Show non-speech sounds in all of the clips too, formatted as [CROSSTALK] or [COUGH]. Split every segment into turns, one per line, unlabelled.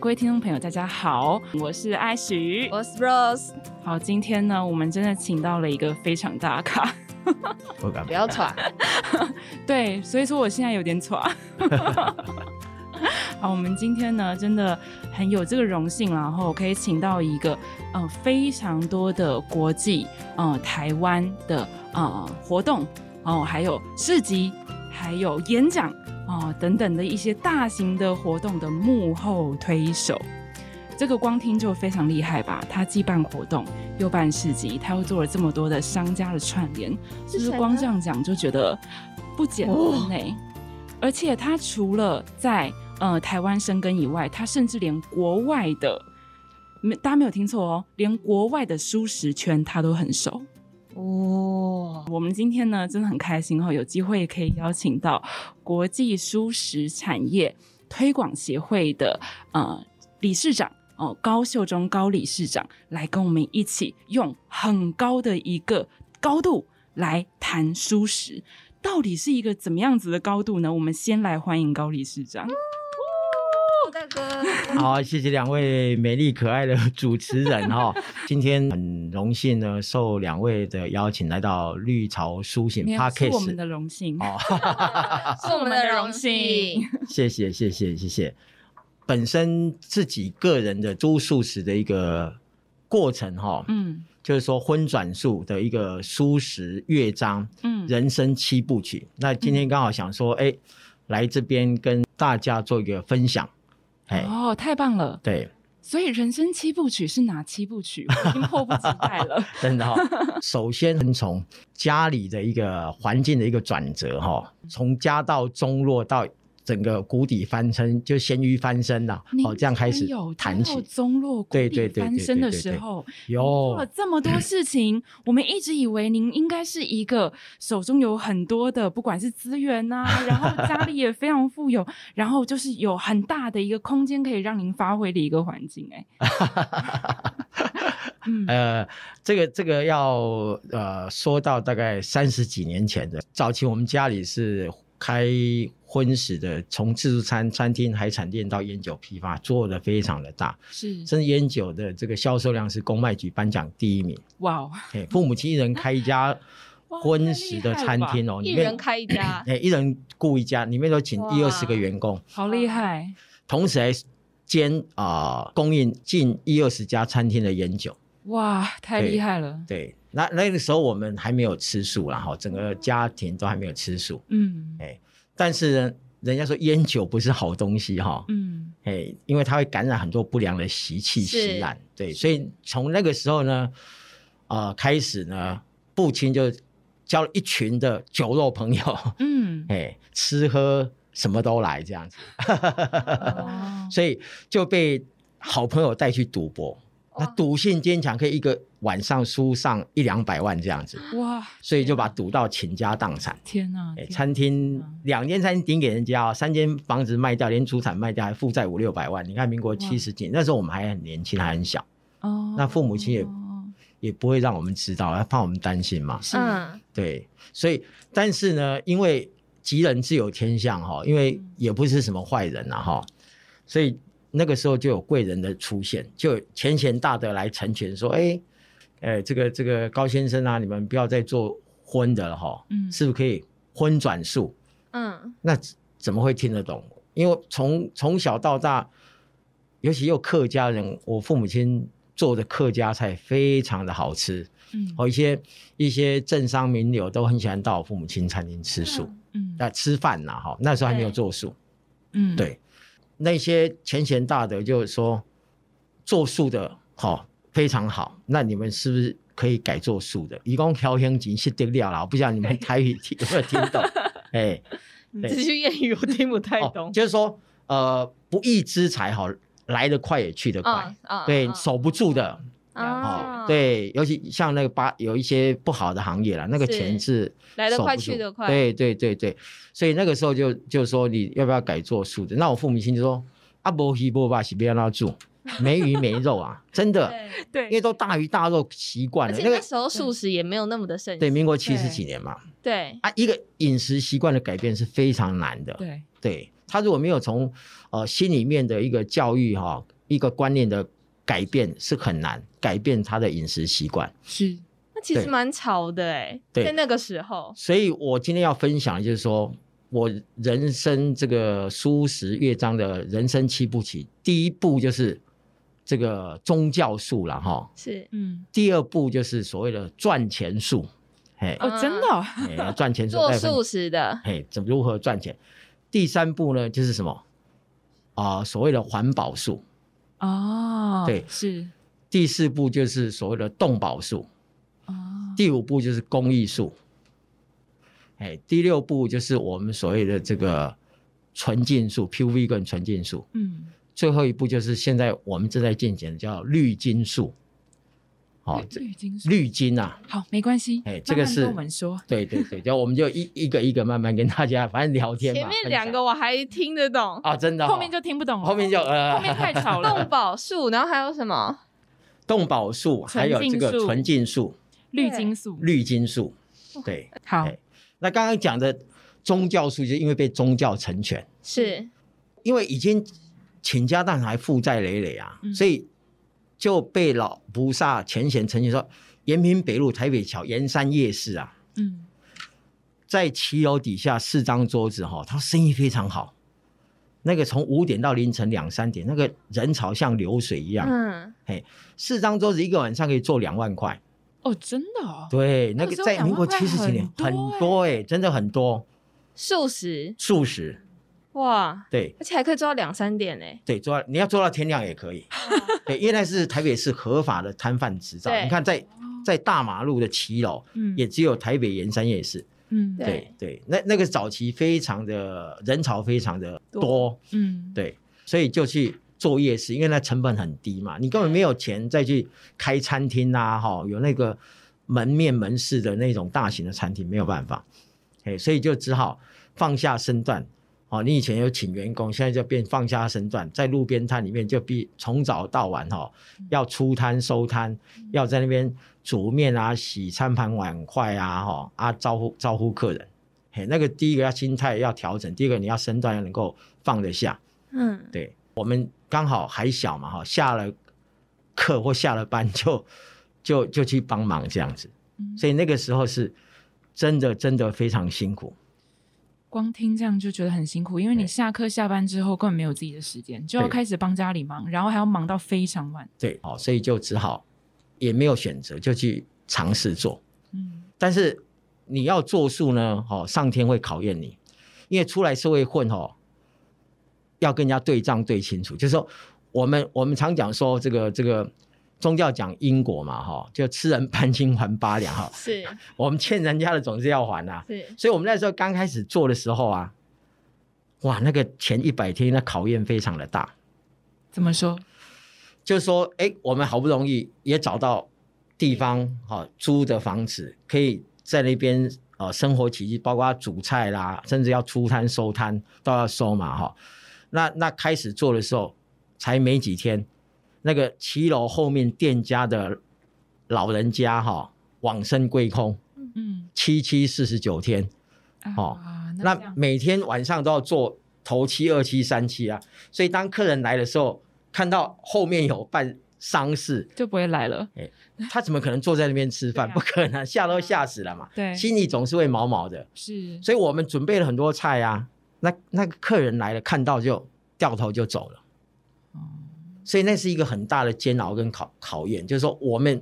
各位听众朋友，大家好，我是艾许。
我是 Rose，
好，今天呢，我们真的请到了一个非常大咖，
不敢
不要喘，
对，所以说我现在有点喘。 [LAUGHS] 好，我们今天呢，真的很有这个荣幸，然后可以请到一个呃非常多的国际呃台湾的呃活动哦、还有市集，还有演讲哦、等等的一些大型的活动的幕后推手。这个光听就非常厉害吧？他既办活动，又办市集，他又做了这么多的商家的串联，就
是
是
谁
光
呢
这样讲就觉得不简单
哦
呢、而且他除了在呃台湾生根以外，他甚至连国外的，没大家没有听错哦，连国外的舒适圈他都很熟。
哦，
我们今天呢，真的很开心哦，有机会可以邀请到国际舒适产业推广协会的呃理事长哦、高秀忠高理事长来跟我们一起用很高的一个呃高度来谈舒适，到底是一个怎么样子的高度呢？我们先来欢迎高理事长。
哦大哥，
好，谢谢两位美丽可爱的主持人 [LAUGHS] 哈、今天很荣幸呢，受两位的邀请来到绿潮苏醒
没有是我们
Podcast。
的荣幸。 [LAUGHS]
哦，
是我们的荣 [LAUGHS] 幸，
谢谢谢谢谢谢。本身自己个人的租素食的一个过程哈、
嗯
就是说荤转素的一个素食乐章，
嗯
人生七部曲。那今天刚好想说，哎、来这边跟大家做一个分享，哎、
哦，太棒了！
对，
所以人生七部曲是哪七部曲？ [LAUGHS] 我已经迫不及待了。
真的哈、首先从家里的一个环境的一个转折哈、从家道中落到整个谷底翻身，就咸鱼翻身啦、
你
[LAUGHS] 哦，这样开始
有
谈
到
起，
中落谷
对
底
对对
翻
对
身
对
的
对
时
对
候，您做了
有
这么多事
[LAUGHS]
情，我们一直以为您应该是一个手中有很多的，不管是资源
[LAUGHS]
呐、然后家里也非常富有，然后就是有很大的一个空间可以让您发挥的一个环境、哎，嗯，
呃，这个这个要呃说到大概三十几年前的，早期我们家里是开荤食的，从自助餐、餐厅、海产店到烟酒批发，做的非常的大，
是
甚至烟酒的这个销售量是公卖局颁奖第一名。
哇哦，
哎，父母亲一人开一家
哇
荤食的餐厅哦，
一
里
人
面，
开一家
哎一人雇一家，里面都请一
哇
二十个员工，
好厉害，
同时还兼啊、呃供应近一二十家餐厅的烟酒。
哇，太
对
厉害了，
对，那那个时候我们还没有吃素啦，哈，整个家庭都还没有吃素。
嗯
哎但是呢，人家说烟酒不是好东西哈，
嗯，
哎，因为它会感染很多不良的习气
是
习染。对，所以从那个时候呢，呃，开始呢，父亲就交了一群的酒肉朋友，
嗯，
哎，吃喝什么都来这样子，
哦
哦
所以就被好朋友带去赌博。那
哦
哇
赌性坚强，可以一个晚上输上一两百万这样子。
哇，
所以就把赌到倾家荡产。
天呐、
哎，
天
餐厅
啊
两间餐厅顶给人家、哦，三间房子卖掉，连主产卖掉，还负债五六百万。你看民国七十几，那时候我们还很年轻，还很小，
哦
那父母亲也也不会让我们知道，他怕我们担心嘛。
是、
嗯，
对，所以但是呢，因为吉人自有天相哈、因为也不是什么坏人啊哈、所以那个时候就有贵人的出现，就有前贤大德来成全说，哎，呃，这个这个高先生啊，你们不要再做荤的了哈、
嗯
是不是可以荤转素？
嗯，
那怎怎么会听得懂？因为从从小到大，尤其又客家人，我父母亲做的客家菜非常的好吃，
嗯
哦，一些一些政商名流都很喜欢到我父母亲餐厅吃素，
嗯
那、吃饭呐，哈，那时候还没有
对
做素，
嗯
对，那些前贤大德就是说做素的，好、非常好，那你们是不是可以改做素的？一共调香经是得了啦，我不知道你们台语听有没有听
[LAUGHS]
懂？哎，
这
对
句谚语我听不太
哦
懂，，
就是说呃，不义之财好来得快也去得快
嗯，嗯
对，
嗯
守不住的，哦
啊，，
对，尤其像那个八有一些不好的行业啦，那个
是
钱是
来得
守
快
不
去
住
得快嗯
对对对对，所以那个时候就就说你要不要改做素的？那我父母亲就说啊，不鱼不吧，是不要让他住，没鱼没肉啊，真的，
对，
对
因为都大鱼大肉习惯
而
了。
且
那
那
个
时候素食也没有那么的盛
对
行，
民国七十
对
几年嘛，
对，
啊，一个饮食习惯的改变是非常难的。
对，
对他如果没有从呃心里面的一个教育哈、一个观念的改变是很难改变他的饮食习惯。
是
那其实
对
蛮潮的哎，
对
在那个时候，
所以我今天要分享的就是说我人生这个书食乐章的人生七步棋，第一步就是这个宗教术了哈，
是
嗯
第二步就是所谓的赚钱术，
[LAUGHS]
嘿，
哦，真的哦
嘿赚钱术
做
再分
素食的，
嘿，怎么如何赚钱？第三步呢，就是什么啊、所谓的环保术。
哦，
对
是
第四步就是所谓的动保术，
哦，
第五步就是公益术，哎，第六步就是我们所谓的这个纯净术 （PV） 跟纯净术，
嗯，
最后一步就是现在我们正在进行的叫绿金术。好、
绿
这
绿金属
绿金啊，
好，没关系，
哎
慢
这个
慢
是
跟我们说，
对对对，然后我们就一一个一个慢慢跟大家，反正聊天嘛。
前面
分
两
享
个我还听得
[LAUGHS]
懂，
啊，真的哦、
后面就听不懂了，
后面就呃，
后面太吵 [LAUGHS]
动
了，
保术，然后还有什么？
动保术，还有这个
纯净术
纯净术、
绿金属
绿金术，对。
好
哎那刚刚讲的宗教术，就因为被宗教成全，
是
因为已经倾家荡产、负债累累啊，
嗯
所以就被老菩萨前贤曾经说，延平北路台北桥盐山夜市啊，
嗯
在骑楼底下四张桌子哈、他生意非常好。那个从五点到凌晨两三点，那个人潮像流水一样，
嗯，
四张桌子一个晚上可以做两万块。
哦，真的哦，
对，那
那
个
时候
在
两
民
万
国
块
七十几年
很
很
多欸
多哎、真的很多
素食
素食。
哇，
对
而且还可以做到两三点欸呢。
对，做到你要做到天亮也可以。 [LAUGHS] 对，因为那是台北市合法的摊贩执照。
对
你看在在大马路的骑楼，
嗯
也只有台北盐山夜市。
嗯
对
对对，那那个早期非常的人潮非常的多，
嗯
对，所以就去。做夜市，因为那成本很低嘛，你根本没有钱再去开餐厅啊，哈、有那个门面门市的那种大型的餐厅没有办法，哎，所以就只好放下身段。哦，你以前有请员工，现在就变放下身段，在路边摊里面就必从早到晚哈、哦，要出摊收摊，要在那边煮面啊、洗餐盘碗筷啊，哈、哦、啊招呼招呼客人。嘿，那个第一个要心态要调整，第二个你要身段要能够放得下。
嗯，
对我们刚好还小嘛，哈，下了课或下了班就 [LAUGHS] 就就去帮忙这样子，
嗯
所以那个时候是真的真的非常辛苦。
光听这样就觉得很辛苦，因为你
对
下课下班之后根本没有自己的时间，就要
对
开始帮家里忙，然后还要忙到非常晚。
对，好，所以就只好也没有选择，就去尝试做。
嗯
但是你要做数呢，哦，上天会考验你，因为出来社会混哦，要跟人家对账对清楚。就是说，我们我们常讲说这个这个宗教讲因果嘛，哈、就吃人 [LAUGHS] 半斤还八两哈、
是
我们欠人家的总是要还啊。
是，
所以我们那时候刚开始做的时候啊，哇，那个前一百天那考验非常的大。
怎么说？
就是说，哎，我们好不容易也找到地方，哈、租的房子可以在那边呃生活起居，包括煮菜啦，甚至要出摊收摊都要收嘛，哈、那那开始做的时候，才没几天，那个骑楼后面店家的老人家哈、往生归空，
嗯
七七四十九天，哦
啊，那这
那
样
每天晚上都要做头七、二七、三七啊，所以当客人来的时候，看到后面有办
[LAUGHS]
丧事，
就不会来了。
他怎么可能坐在那边吃饭？
对啊
不可能，吓都吓死了嘛。
对
心里总是会毛毛的。
是
所以我们准备了很多菜啊，那那个客人来了，看到就掉头就走了。
哦
所以那是一个很大的煎熬跟考考验，就是说我们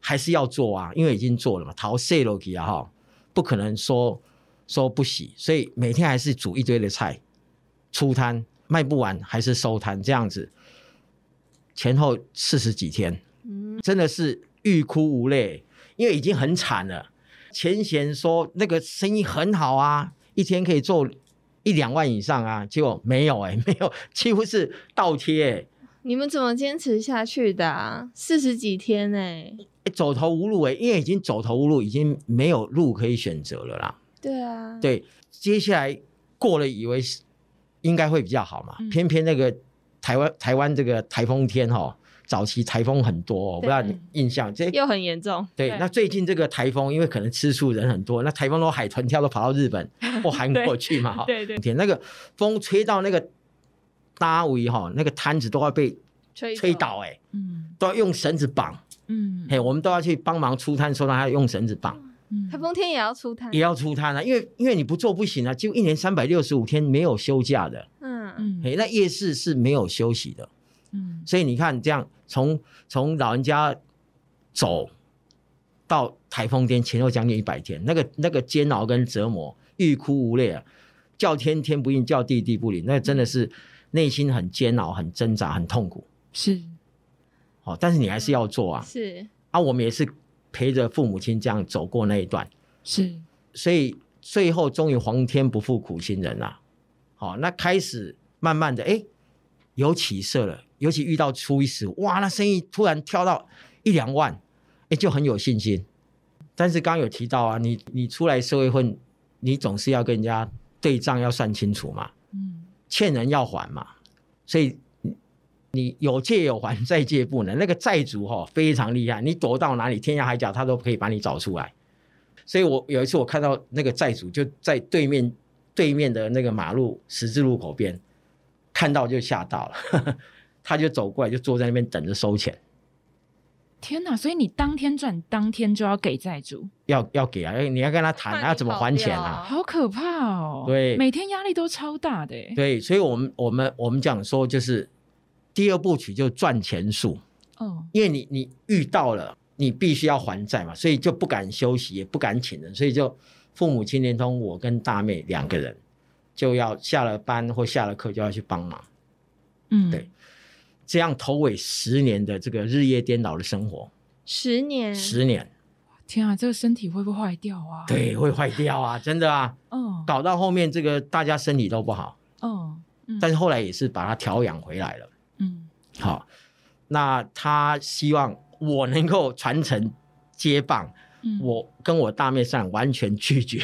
还是要做啊，因为已经做了嘛，逃税了给啊哈，不可能说说不洗，所以每天还是煮一堆的菜，出摊卖不完还是收摊这样子，前后四十几天，
嗯
真的是欲哭无泪，因为已经很惨了。前贤说那个生意很好啊，一天可以做一两万以上啊，结果没有哎、没有，几乎是倒贴、欸
你们怎么坚持下去的啊？四十几天哎，
欸走投无路哎、因为已经走投无路，已经没有路可以选择了啦。
对
嗯
啊，
对，接下来过了以为是应该会比较好嘛，
嗯
偏偏那个台湾台湾这个台风天哦，早期台风很多、哦，我不知道你印象，这
又很严重，
对，
对
那最近这个台风，因为可能吃素人很多，那台风都海豚跳都跑到日
[LAUGHS]
本或韩国去嘛，哈，
对对
那个风吹到那个搭位哈，那个摊子都要被
吹
吹
走
倒、哎，
嗯
都要用绳子绑，
嗯
嘿，我们都要去帮忙出摊收摊，还要用绳子绑，
嗯
台风天也要出摊
也，要出摊啊，因为因为你不做不行啊，几乎一年三百六十五天没有休假的，
嗯，
嗯
嘿，那夜市是没有休息的，
嗯
所以你看这样从从老人家走到台风天前后将近一百天，那个那个煎熬跟折磨，欲哭无泪啊，叫天天不应，叫地地不灵，那真的是内心很煎熬、很挣扎、很痛苦。
是
哦，但是你还是要做啊，
是
啊，我们也是陪着父母亲这样走过那一段，
是
所以最后终于皇天不负苦心人啦、好、那开始慢慢的，哎，有起色了。尤其遇到初一十五，哇，那生意突然跳到一两万，哎，就很有信心。但是刚刚有提到啊，你你出来社会混，你总是要跟人家对账，要算清楚嘛，
嗯
欠人要还嘛，所以你你有借有还，再借不能。那个债主哈、非常厉害，你躲到哪里天涯海角，他都可以把你找出来。所以我有一次我看到那个债主就在对面对面的那个马路十字路口边，看到就吓到了， [LAUGHS] 他就走过来就坐在那边等着收钱，
天哪！所以你当天赚，当天就要给债主，
要要给啊，你要跟他谈
怕
啊，
你
要怎么
跑
还钱
掉
啊？
好可怕哦！
对
每天压力都超大的欸。
对，所以我们我们我们讲说就是第二部曲就赚钱术，
哦，
因为你你遇到了，你必须要还债嘛，所以就不敢休息，也不敢请人，所以就父母亲连同我跟大妹两个人就要下了班或下了课就要去帮忙，
嗯，
对这样头尾十年的这个日夜颠倒的生活，
十年，
十年，
天啊，这个身体会不会坏掉啊？，
对，会坏掉啊，真的啊，
哦
搞到后面这个大家身体都不好，
哦，嗯
但是后来也是把它调养回来了。
嗯
好，那他希望我能够传承接棒，
嗯，
我跟我大妹上完全拒绝，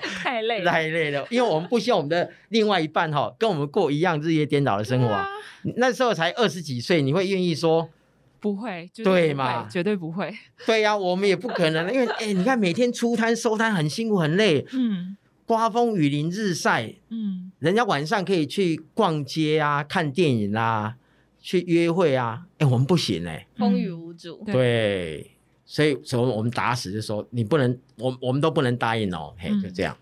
太累了，
太累了，因为我们不希望我们的另外一半哈、跟我们过一样日夜颠倒的生活啊。那时候才二十几岁，你会愿意说？
不会，绝
对
不会
嘛
绝对不会。
对呀、我们也不可能，因为哎、你看每天出摊收摊很辛苦很累，
嗯
刮风雨淋日晒，
嗯
人家晚上可以去逛街啊、看电影啊、去约会啊，哎、我们不行哎、
风雨无阻，
嗯对
对，所以所以我们打死就说你不能，我我们都不能答应哦，嘿，
嗯
就这样。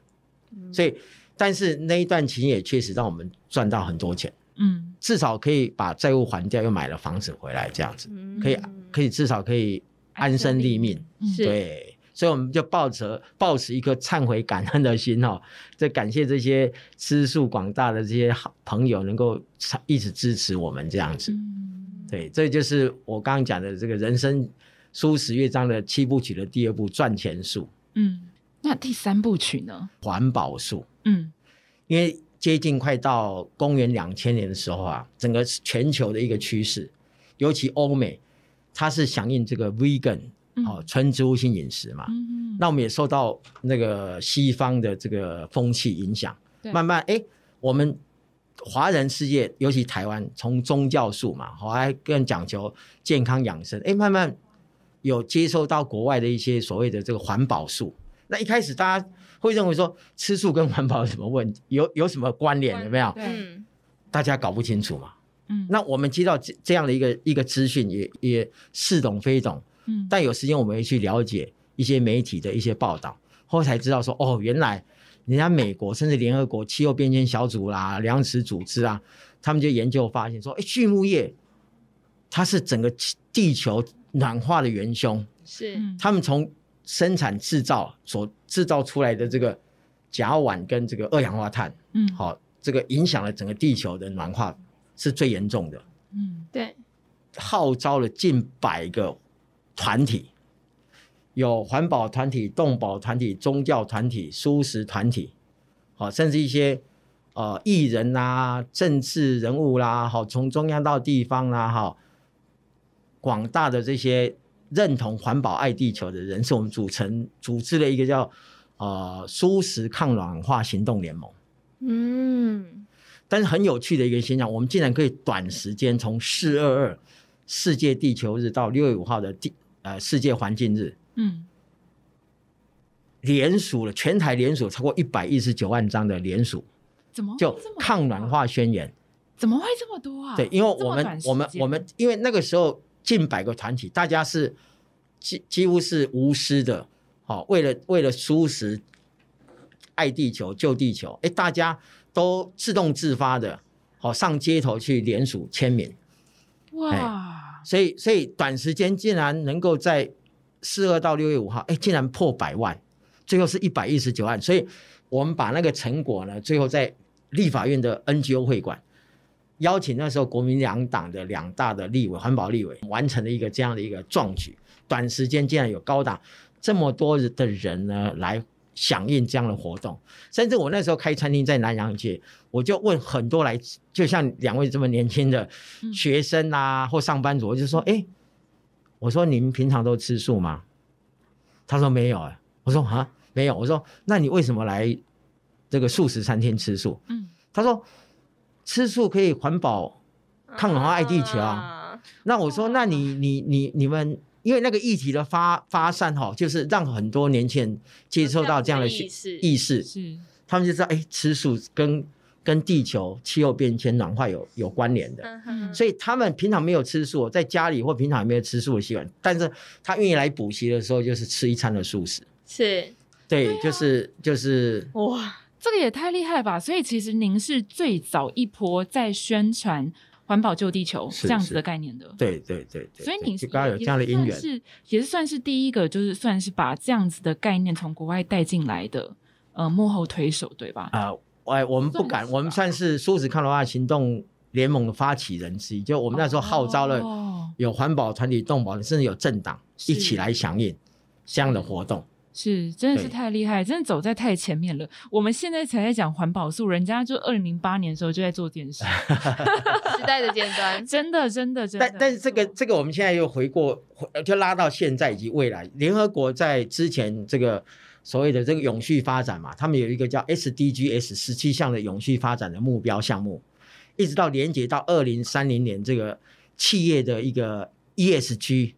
嗯
所以，但是那一段期间也确实让我们赚到很多钱，
嗯
至少可以把债务还掉，又买了房子回来，这样子
嗯
可以啊可以至少可以安身立命。
嗯
是
对，所以我们就抱着抱持一颗忏悔感恩的心哦，这感谢这些吃素广大的这些好朋友能够一直支持我们这样子。
嗯
对，这就是我刚刚讲的这个人生书十乐章的七部曲的第二部赚钱术、
嗯，那第三部曲呢？
环保术。
嗯
因为接近快到公元两千年的时候啊，整个全球的一个趋势，尤其欧美，它是响应这个 vegan
嗯
哦，纯植物性饮食嘛。
嗯，
那我们也受到那个西方的这个风气影响
对，
慢慢哎，我们华人世界，尤其台湾，从宗教术嘛，好、还更讲求健康养生，哎，慢慢有接受到国外的一些所谓的这个环保术。那一开始大家会认为说吃素跟环保有什么问有有什么关联？有没有？
对，
嗯
大家搞不清楚嘛。
嗯
那我们接到这这样的一个一个资讯也，也似懂非懂，
嗯
但有时间我们会去了解一些媒体的一些报道，后来才知道说，哦，原来人家美国甚至联合国气候变迁小组啦、粮食组织啊，他们就研究发现说，哎，畜牧业它是整个气地球暖化的元凶，
是
嗯
他们从生产制造所制造出来的这个甲烷跟这个二氧化碳，
嗯
好、这个影响了整个地球的暖化是最严重的。
嗯
对
号召了近百个团体，有环保团体、动保团体、宗教团体、素食团体，好、甚至一些呃艺人啦、政治人物啦，好、从中央到地方啦，哈、广大的这些认同环保、爱地球的人士，我们组成组织了一个叫呃素食抗暖化行动联盟。
嗯
但是很有趣的一个现象，我们竟然可以短时间从四二二世界地球日到六月五号的地呃世界环境日，
嗯
联署了全台联署超过一百一十九万张的联署，
怎么
就
哦这么
抗暖化宣言，
怎么会这么多啊？
对，因为
这么
我们
短时
我们
间
我们因为那个时候近百个团体，大家是几几乎是无私的，好、为了为了舒适，爱地球救地球，哎，大家都自动自发的，好、上街头去联署签名，
哇，
所以所以短时间竟然能够在四二到六月五号，哎，竟然破百万，最后是一百一十九万，所以我们把那个成果呢，最后在立法院的 NGO 会馆。邀请那时候国民两党的两大的立委，环保立委，完成了一个这样的一个壮举。短时间竟然有高达这么多的人呢来响应这样的活动，甚至我那时候开餐厅在南洋街，我就问很多来，就像两位这么年轻的
嗯
学生啊或上班族，我就说：“哎、我说你们平常都吃素吗？”他说：“没有。”哎，我说：“啊，没有。”我说：“那你为什么来这个素食餐厅吃素？”
嗯，
他说吃素可以环保。抗老化爱地球啊哦
啊，
那我说，那你你你你们，因为那个议题的发发散哈、就是让很多年轻人接受到这样的
意
讯
识，
意识，
是
他们就知道，哎，吃素跟跟地球气候变迁、暖化有有关联的。
嗯哼
所以他们平常没有吃素，在家里或平常也没有吃素的习惯，但是他愿意来补习的时候，就是吃一餐的素食。
是
对，
啊
就是就是
哇，
这个也太厉害了吧！所以其实您是最早一波在宣传环保救地球这
是
样子
是
的概念的。
对对对对。
所以
对
您
就刚刚有这样的因
也
缘
算，是也是算是第一个，就是算是把这样子的概念从国外带进来的，呃，幕后推手对吧？
啊，哎，我们不
算
敢，
是
我们
吧
算是素食抗老化行动联盟的发起人之一。就我们那时候号召了
哦
有环保团体、动保，甚至有政党
是
一起来响应这样的活动。
是，真的是
对
太厉害，真的走在太前面了。我们现在才在讲环保素，人家就二零零八年的时候就在做电视，，
[LAUGHS]
时代的尖端
真的，真的，真的。嗯
但但是这个这个，我们现在又回过，回就拉到现在以及未来。联合国在之前这个所谓的这个永续发展嘛，他们有一个叫 SDGs 十七项的永续发展的目标项目，一直到连接到二零三零年这个企业的一个 ESG，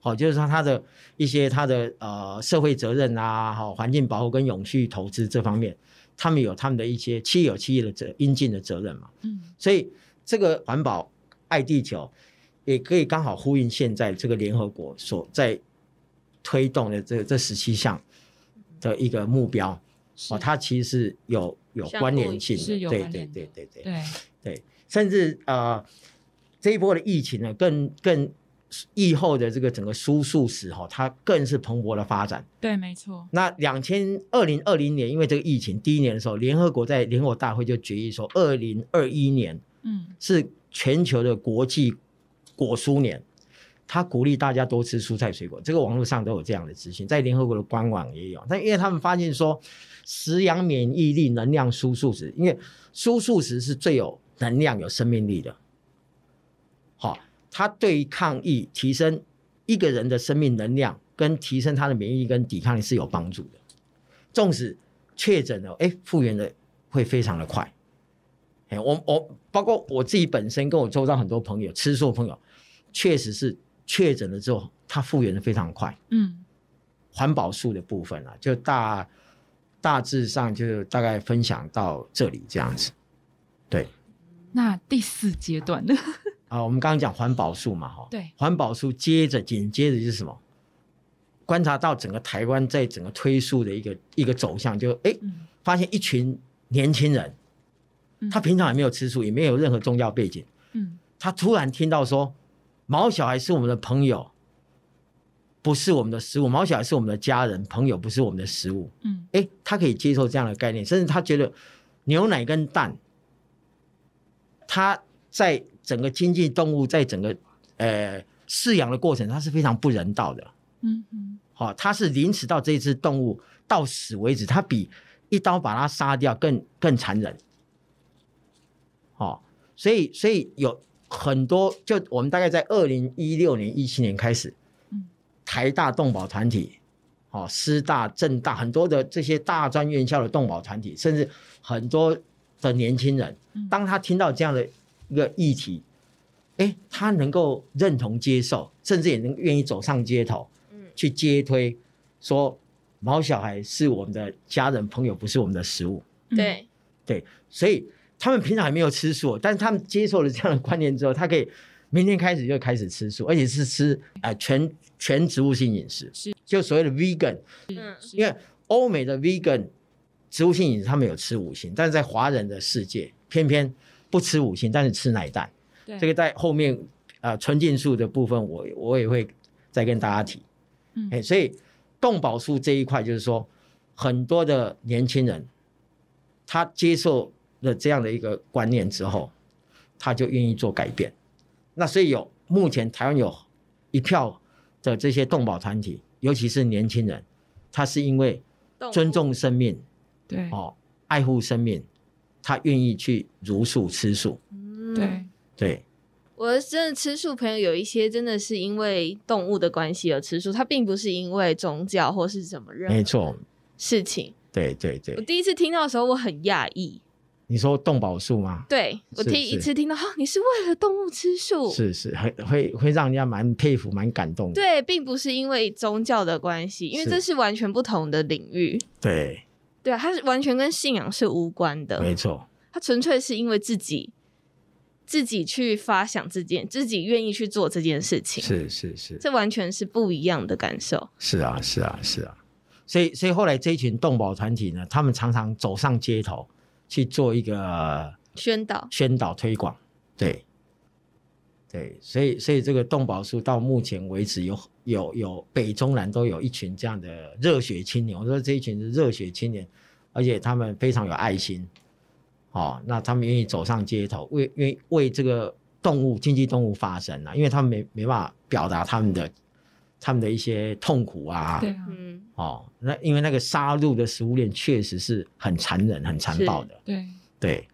好、就是说它的一些它的呃社会责任啊，好、环境保护跟永续投资这方面，他们有他们的一些企业有企业的责应尽的责任嘛。
嗯，
所以这个环保爱地球，也可以刚好呼应现在这个联合国所在推动的这这十七项的一个目标哦，
是
它其实是有有
相互
关联性
是
的，
有
对
关
对
联的
对对对
对，
对，甚至呃这一波的疫情呢，更更疫后的这个整个输素史哈、哦，它更是蓬勃的发展。
对，没错，
那两千二零二零年，因为这个疫情第一年的时候，联合国在联合国大会就决议说，二零二一年
嗯，
是全球的国际果蔬年，他鼓励大家多吃蔬菜水果。这个网络上都有这样的资讯，在联合国的官网也有。但因为他们发现说，食养免疫力能量蔬素食，因为蔬素食是最有能量、有生命力的。好、它对于抗疫、提升一个人的生命能量，跟提升他的免疫力跟抵抗力是有帮助的。纵使确诊了，哎，复原的会非常的快。哎，我我包括我自己本身跟我周遭很多朋友吃素的朋友，确实是确诊了之后，他复原的非常快。
嗯，
环保素的部分啊，就大大致上就大概分享到这里这样子。对
那第四阶段呢？
啊，我们刚刚讲环保素嘛，哈，
[LAUGHS] 对，
环保素接着紧接着就是什么？观察到整个台湾在整个推素的一个一个走向，就哎
嗯，
发现一群年轻人，
嗯
他平常也没有吃素，也没有任何宗教背景。
嗯，
他突然听到说，毛小孩是我们的朋友，不是我们的食物。毛小孩是我们的家人，朋友不是我们的食物。
嗯，
诶，他可以接受这样的概念，甚至他觉得牛奶跟蛋，他在整个经济动物在整个呃饲养的过程，它是非常不人道的。
嗯，嗯，
好、哦它是凌迟到这一只动物到死为止，它比一刀把它杀掉更更残忍。哦，所以所以有很多，就我们大概在二零一六年、一七年开始，
嗯
台大动保团体，哦，师大、政大很多的这些大专院校的动保团体，甚至很多的年轻人
嗯，
当他听到这样的一个议题，哎，他能够认同、接受，甚至也能愿意走上街头
嗯，
去街推，说毛小孩是我们的家人、朋友，不是我们的食物。
嗯，
对，
对，所以他们平常还没有吃素，但是他们接受了这样的观念之后，他可以明天开始就开始吃素，而且是吃呃全全植物性饮食，
是
就所谓的 vegan。
嗯，
是
因为欧美的 vegan 植物性饮食，他们有吃五星，但是在华人的世界偏偏不吃五星，但是吃奶蛋。
对
这个在后面呃纯净素的部分我，我也会再跟大家提。
嗯
哎，所以动保素这一块，就是说很多的年轻人，他接受了这样的一个观念之后，他就愿意做改变。那所以有目前台湾有一票的这些动保团体，尤其是年轻人，他是因为
动物
尊重生命
对
哦，爱护生命，他愿意去茹素吃素。
嗯
对，
对，
我真的吃素朋友有一些真的是因为动物的关系而吃素，它并不是因为宗教或是什么任
没
何
错，
事情。
对对
我
哎对，
第一次听到的时候，我很讶异。
你说动保素吗？
对我
是
第一
是
次听到，哦，你是为了动物吃素？
是是，很会会让人家蛮佩服、蛮感动的。
对，并不是因为宗教的关系，因为
是
这是完全不同的领域。
对，
对啊，它是完全跟信仰是无关的。
没错，
他纯粹是因为自己自己去发想这件，自己愿意去做这件事情，
是是是
这完全是不一样的感受。
是啊是啊是啊。所以所以后来这一群动保团体呢，他们常常走上街头去做一个
宣导，
宣导推广。对，对，所以所以这个动保书到目前为止有有有北中南都有一群这样的热血青年。我说这一群是热血青年，而且他们非常有爱心。哦，那他们愿意走上街头，为为为这个动物经济动物发声啊，因为他们没没办法表达他们的他们的一些痛苦啊。
对啊，
嗯，
哦，那因为那个杀戮的食物链确实是很残忍、很残暴的。
对，
对，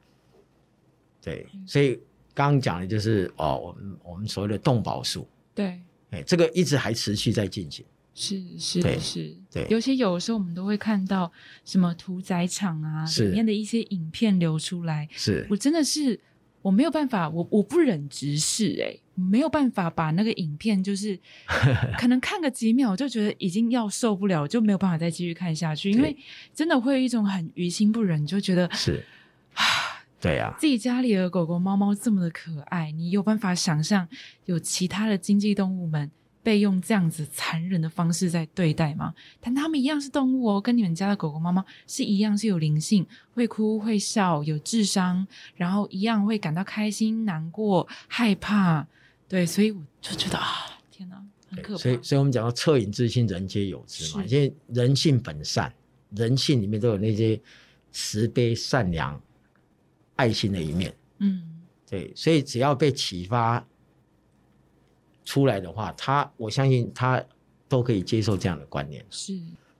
对
嗯，
所以刚刚讲的就是哦，我们我们所谓的动保术，
对。
哎，这个一直还持续在进行。
是是
对
是，
对
尤其有的时候我们都会看到什么屠宰场啊，
是
里面的一些影片流出来，
是
我真的是我没有办法，我我不忍直视、欸，哎，没有办法把那个影片就是
[LAUGHS]
可能看个几秒，我就觉得已经要受不了，就没有办法再继续看下去，因
对
为真的会有一种很于心不忍，就觉得
是，对啊呀、
自己家里的狗狗、猫猫这么的可爱，你有办法想象有其他的经济动物们被用这样子残忍的方式在对待吗？但它们一样是动物哦，跟你们家的狗狗、猫猫是一样，是有灵性，会哭、会笑、有智商，然后一样会感到开心、难过、害怕。对，所以我就觉得啊，天哪，很可怕。
对，所以所以我们讲到恻隐之心，人皆有之嘛，
是
因为人性本善，人性里面都有那些慈悲、善良、爱心的一面。
嗯，
对，所以只要被启发出来的话，他我相信他都可以接受这样的观念。
是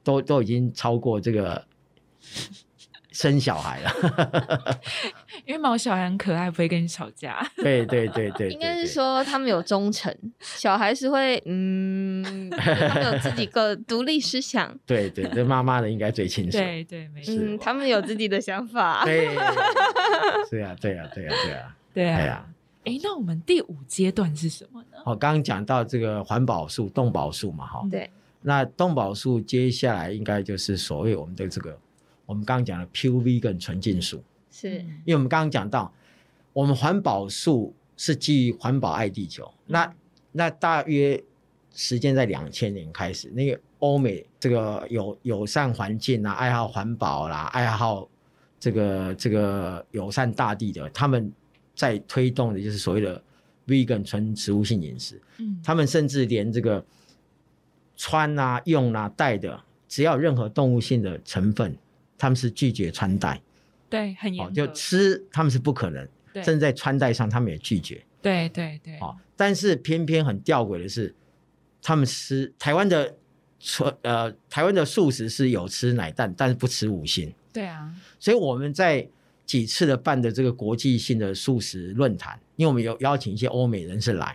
都都已经超过这个生小孩
[LAUGHS]
了。
因为毛小孩很可爱，不会跟你吵架。
对对对对，
应该
对
是，说他们有忠诚，小孩是会，嗯，他们有自己
[LAUGHS]
个独立思想，
对对对，这妈妈的应该最清楚。
对 [LAUGHS] 对，没错，
哦
嗯，他们有自己的想
[LAUGHS]
法，
对，是啊，对啊，对啊，对啊。
对
哎
啊。
呀，
哎，那我们第五阶段是什么呢？
我刚刚讲到这个环保树、动保树嘛，哈，
对，
那动保树接下来应该就是所谓我们的这个，我们刚刚讲的 PUV 跟纯净树，
是，
嗯
因为我们刚刚讲到，我们环保树是基于环保爱地球，那那大约时间在两千年开始，那个欧美这个友友善环境啊，爱好环保啦、爱好这个这个友善大地的，他们在推动的就是所谓的 vegan 纯植物性饮食，
嗯，
他们甚至连这个穿啊、用啊、戴的，只要有任何动物性的成分，他们是拒绝穿戴。
对很严
哦，
格，
就吃他们是不可能，
对
甚至在穿戴上他们也拒绝
对对对，
哦。但是偏偏很吊诡的是，他们吃台湾的纯呃台湾的素食是有吃奶蛋，但是不吃五星。
对啊，
所以我们在几次的办的这个国际性的素食论坛，因为我们有邀请一些欧美人士来，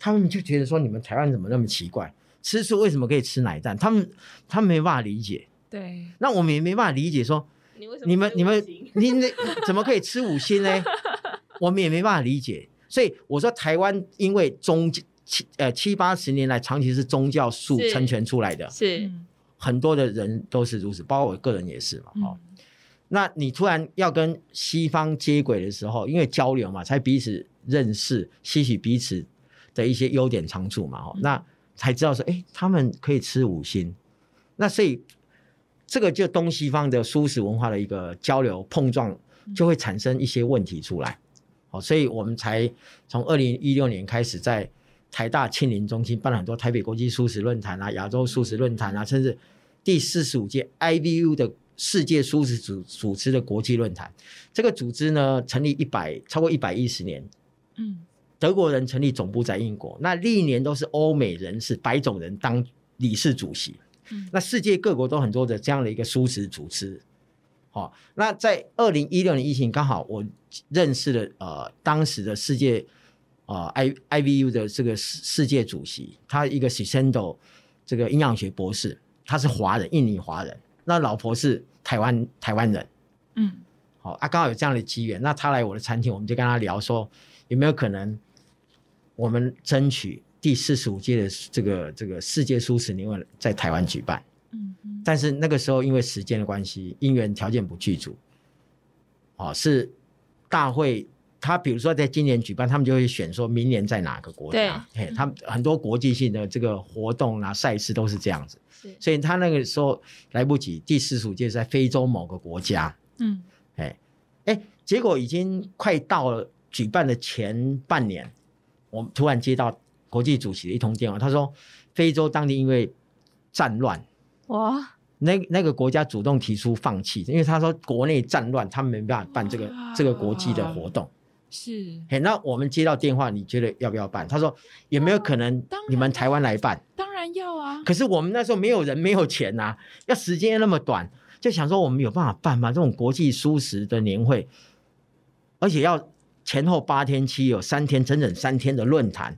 他们就觉得说你们台湾怎么那么奇怪，吃素为什么可以吃奶蛋？他们他们没办法理解，
对
那我们也没办法理解说
你为什么
你们
吃
你们
五星
你你怎么可以吃五星
[LAUGHS]
呢？我们也没办法理解。所以我说，台湾因为宗七呃七八十年来长期是宗教术
是
成全出来的，
是
嗯 음,
어.很多的人都是如此，包括我个人也是嘛。哦，
嗯
那你突然要跟西方接轨的时候，因为交流嘛，才彼此认识，吸取彼此的一些优点长处嘛，哈、哦那才知道说，哎、他们可以吃五星，那所以这个就东西方的舒适文化的一个交流碰撞，就会产生一些问题出来，好、所以我们才从二零一六年开始在台大庆林中心办了很多台北国际素食论坛啊、亚洲素食论坛啊，甚至第四十五届 IVU 的世界素食组组织的国际论坛。这个组织呢，成立一百超过一百一十年，
嗯
德国人成立总部在英国，那历年都是欧美人士、白种人当理事主席。
嗯
那世界各国都很多的这样的一个舒适组织。好、那在二零一六年疫情刚好我认识了呃当时的世界呃 I I V U 的这个世世界主席，他一个 Shisendo 这个营养学博士，他是华人，印尼华人，那老婆是台湾台湾人。
嗯
好、啊，刚好有这样的机缘，那他来我的餐厅，我们就跟他聊说，有没有可能我们争取第四十五届的这个这个世界素食年会在台湾举办？
嗯嗯
但是那个时候因为时间的关系，因缘条件不具足，哦，是大会。他比如说在今年举办，他们就会选说明年在哪个国家，嘿，他们很多国际性的这个活动啊、赛事都是这样子，
是
所以他那个时候来不及，第四十五届是在非洲某个国家，
嗯
哎哎，结果已经快到了举办的前半年，我们突然接到国际主席的一通电话，他说非洲当地因为战乱，
哇，
那那个国家主动提出放弃，因为他说国内战乱，他们没办法办这个
啊
这个国际的活动。
是
哎，那我们接到电话，你觉得要不要办？他说有没有可能
啊当然
你们台湾来办？
当然要啊，
可是我们那时候没有人，没有钱呐、要时间那么短，就想说我们有办法办吗？这种国际素食的年会，而且要前后八天期，有三天整整三天的论坛，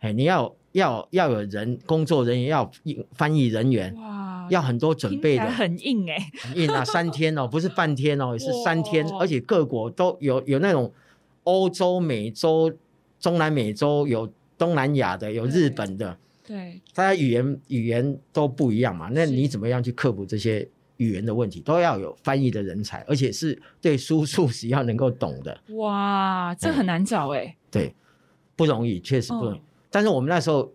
哎，你要要要有人，工作人员要有翻译人员，
哇
要很多准备
听起来，
的
很硬哎、
很硬啊，三天哦，不是半天哦，是三天，
哇
而且各国都有有那种欧洲、美洲、中南美洲有东南亚的，有日本的。
对，
大家语言语言都不一样嘛，那
是
你怎么样去克服这些语言的问题？都要有翻译的人才，而且是对输出是要能够懂的，
哇，这很难找哎、
对，不容易，确实不容易。
嗯
但是我们那时候，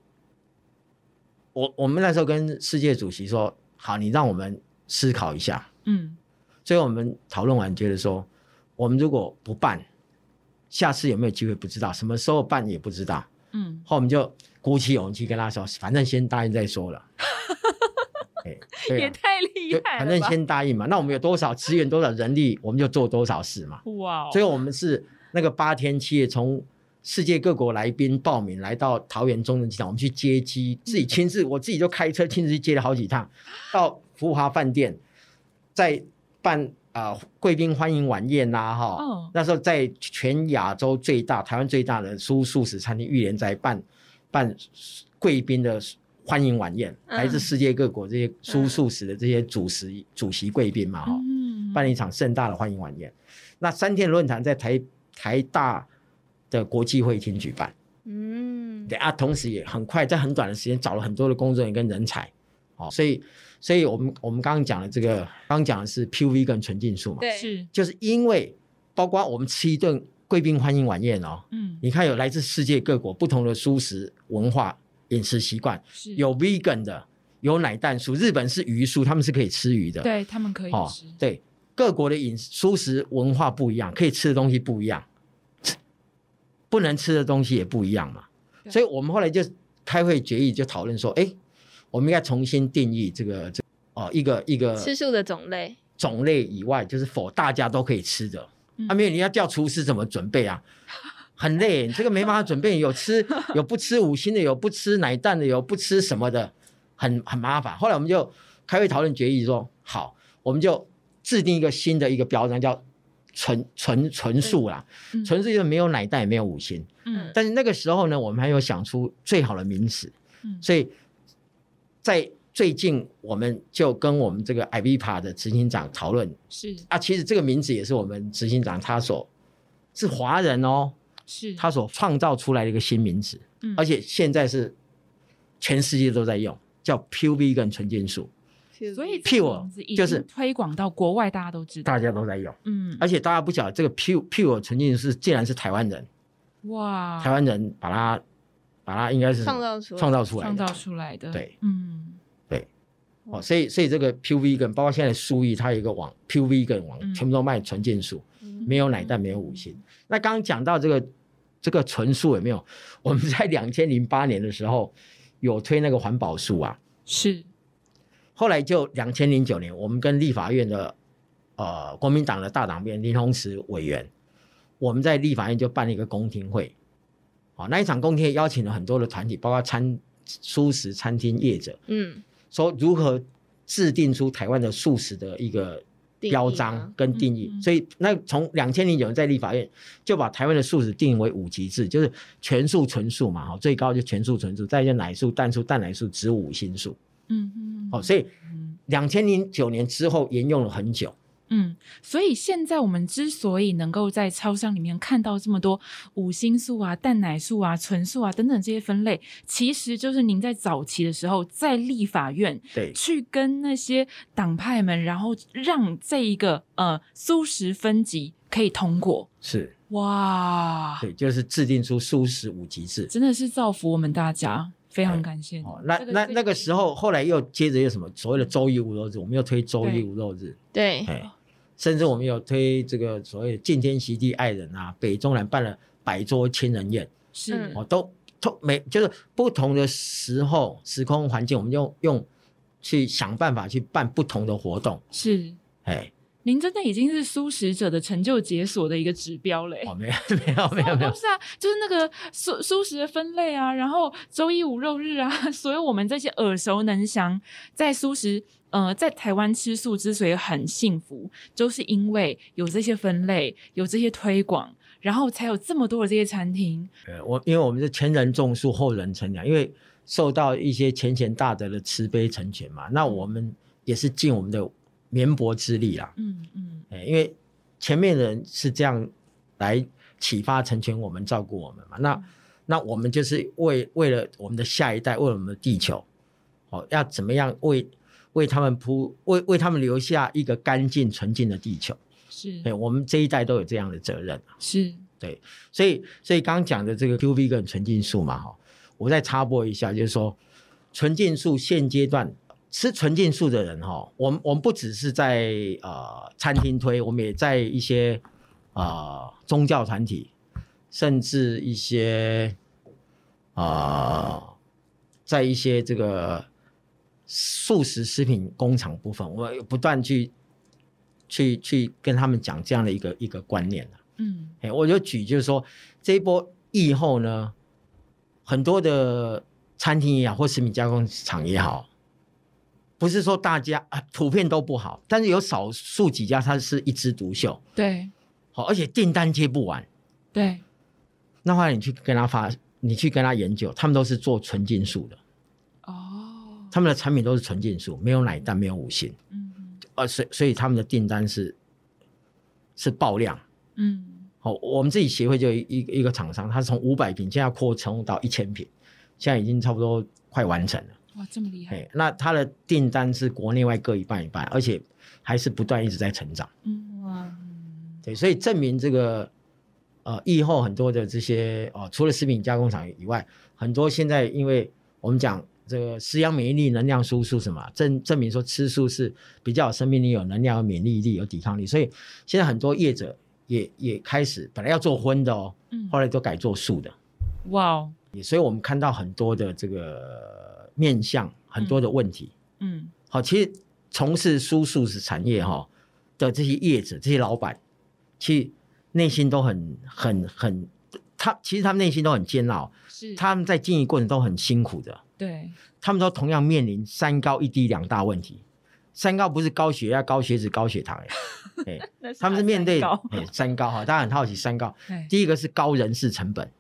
我我们那时候跟世界主席说，好，你让我们思考一下。
嗯
最后我们讨论完，觉得说，我们如果不办，下次有没有机会不知道，什么时候办也不知道。
嗯，
后我们就鼓起勇气跟他说，反正先答应再
[LAUGHS]
说了。哎对啊
也太厉
就
害
反
了
正
吧！
先答应嘛。那我们有多少资源、多少人力，我们就做多少事嘛。
哇哦，
所以，我们是那个八天七夜，从世界各国来宾报名来到桃园中正机场，我们去接机，自己亲自，我自己就开车亲自去接了好
[LAUGHS]
几趟，到福华饭店，再办啊、呃贵宾欢迎晚宴呐、哈、
哦
那时候在全亚洲最大、台湾最大的蔬素食餐厅玉莲斋办办贵宾的欢迎晚宴，
嗯
来自世界各国这些蔬
嗯
素食的这些主席主席贵宾嘛哈、
음,嗯
办了一场盛大的欢迎晚宴。那三天论坛在台台大的国际会议厅举办，
嗯，
对啊，同时也很快在很短的时间找了很多的工作人员跟人才，哦，所以，所以我们我们刚刚讲的这个，刚刚讲的是 PUV 跟纯净素嘛，
对，
是
就是因为包括我们吃一顿贵宾欢迎晚宴哦，
嗯
你看有来自世界各国不同的素食文化饮食习惯，
是
有 vegan 的，有奶蛋素，日本是鱼素，他们是可以吃鱼的，哦
对他们可以
어.
吃，
对，各国的饮食素食文化不一样，可以吃的东西不一样，不能吃的东西也不一样嘛。
对
所以我们后来就开会决议，就讨论说，哎，我们应该重新定义这个这哦一个一个
吃素的种类，
种类以外，就是否大家都可以吃的。
嗯
啊，没有，你要叫厨师怎么准备啊？很累，你这个没办法准备，有吃有不吃五星的，有不吃奶蛋的，有不吃什么的，很很麻烦。后来我们就开会讨论决议说，好，我们就制定一个新的一个标章，叫纯纯纯素啦，
嗯
纯素就是没有奶蛋也没有五星。
嗯
但是那个时候呢，我们还有想出最好的名词，
嗯
所以在最近我们就跟我们这个 IVPA 的执行长讨论
是
啊，其实这个名字也是我们执行长他所是华人哦，
是
他所创造出来的一个新名词，
嗯
而且现在是全世界都在用，叫 PUV 跟纯净素。
所以
Pure，
就
就是
是推广到国外，大家都知道。
大家都在用，
嗯，
而且大家不晓得这个 pure pure 纯净是竟然是台湾人，
哇，
台湾人把它把它应该是
创造出来
创造出来
创
的
造出来的，
对，
嗯，
哦，所以所以这个 pure vegan 包括现在苏益它有一个网 pure vegan 网
嗯，
全部都卖纯净素，
嗯
没有奶蛋，没有五星。那刚刚讲到这个这个纯素有没有？我们在两千零八年的时候有推那个环保素啊，
是，
后来就两千零九年，我们跟立法院的呃国民党的大党辩林鸿池委员，我们在立法院就办了一个公听会，哦，那一场公听会邀请了很多的团体，包括餐素食餐厅业者，
嗯，
说如何制定出台湾的素食的一个
定义
标
吗
章跟定义。
嗯嗯
所以那从两千零九年在立法院就把台湾的素食定义为五级制，就是全素、纯素嘛，哈，最高就全素、纯素，再就奶素、蛋素、蛋奶素、植物五星素。
嗯嗯，
哦，所以
嗯。
两千零九年之后沿用了很久。
嗯，所以现在我们之所以能够在超商里面看到这么多五星素啊、蛋奶素啊、纯素啊等等这些分类，其实就是您在早期的时候在立法院
对
去跟那些党派们，然后让这一个呃素食分级可以通过。
是，
哇，
对，就是制定出素食五级制。
真的是造福我们大家，非常感谢你。
哦，那
这个
那
这
那个时候，后来又接着又什么所谓的周一无肉日，我们又推周一无肉日，
对，
哎，甚至我们有推这个所谓“见天席地爱人”啊，北中南办了百桌千人宴，
是、
嗯
哦，都都每就是不同的时候、时空环境，我们用用去想办法去办不同的活动，
是，
哎，
您真的已经是素食者的成就解锁的一个指标嘞、 [LAUGHS]
哦，没有没有没有没
都
有，
是啊，就是那个素素食的分类啊，然后周一五肉日啊， [LAUGHS] 所有我们这些耳熟能详，在素食呃在台湾吃素之所以很幸福，就是因为有这些分类，有这些推广，然后才有这么多的这些餐厅。
呃，我因为我们是前人种树，后人乘凉，因为受到一些前贤大德的慈悲成全嘛，那我们也是尽我们的绵薄之力啦，
嗯嗯，
哎，因为前面的人是这样来启发、成全我们、照顾我们嘛。那、
嗯
那我们就是为为了我们的下一代，为了我们的地球，哦，要怎么样为为他们铺为为他们留下一个干净、纯净的地球？
是
对，我们这一代都有这样的责任。
是，
所以，所以刚刚讲的这个 Q V 跟纯净素嘛，哈，我再插播一下，就是说纯净素现阶段吃纯净素的人哈，我们我们不只是在呃餐厅推，我们也在一些呃宗教团体，甚至一些呃在一些这个素食食品工厂部分，我们不断去去去跟他们讲这样的一个一个观念啊
嗯
哎，我就举就是说这一波疫后呢，很多的餐厅也好，或食品加工厂也好，不是说大家啊普遍都不好，但是有少数几家它是一枝独秀，
对
好、而且订单接不完。
对，
那后来你去跟他发，你去跟他研究，他们都是做纯净素的，
哦，
他们的产品都是纯净素，没有奶蛋，没有五辛，
嗯
呃，所以所以他们的订单是是爆量。
嗯，
好、我们自己协会就有一一个一个厂商，他是从五百平现在要扩充到一千平，现在已经差不多快完成了。
哇，这么厉害，
哎，那他的订单是国内外各一半一半，而且还是不断一直在成长。
嗯哇，
对，所以证明这个呃疫后很多的这些哦、除了食品加工厂以外，很多现在因为我们讲这个食养免疫力、能量输出什么，证证明说吃素是比较有生命力、有能量、有免疫力、有抵抗力，所以现在很多业者也也开始本来要做荤的哦。
嗯
后来都改做素的，
哇哦，
也所以我们看到很多的这个面向，很多的问题。
嗯
好、其实从事蔬素食产业哈、的这些业者、这些老板，其实内心都很、很、很，他其实他们内心都很煎熬，
是
他们在经营过程都很辛苦的，
对
他们都同样面临三高一低两大问题。三高不是高血压、高血脂、高血糖、哎，哎他们是面对
高
哎三高哈，大家很好奇三高。
对
第一个是高人事成本，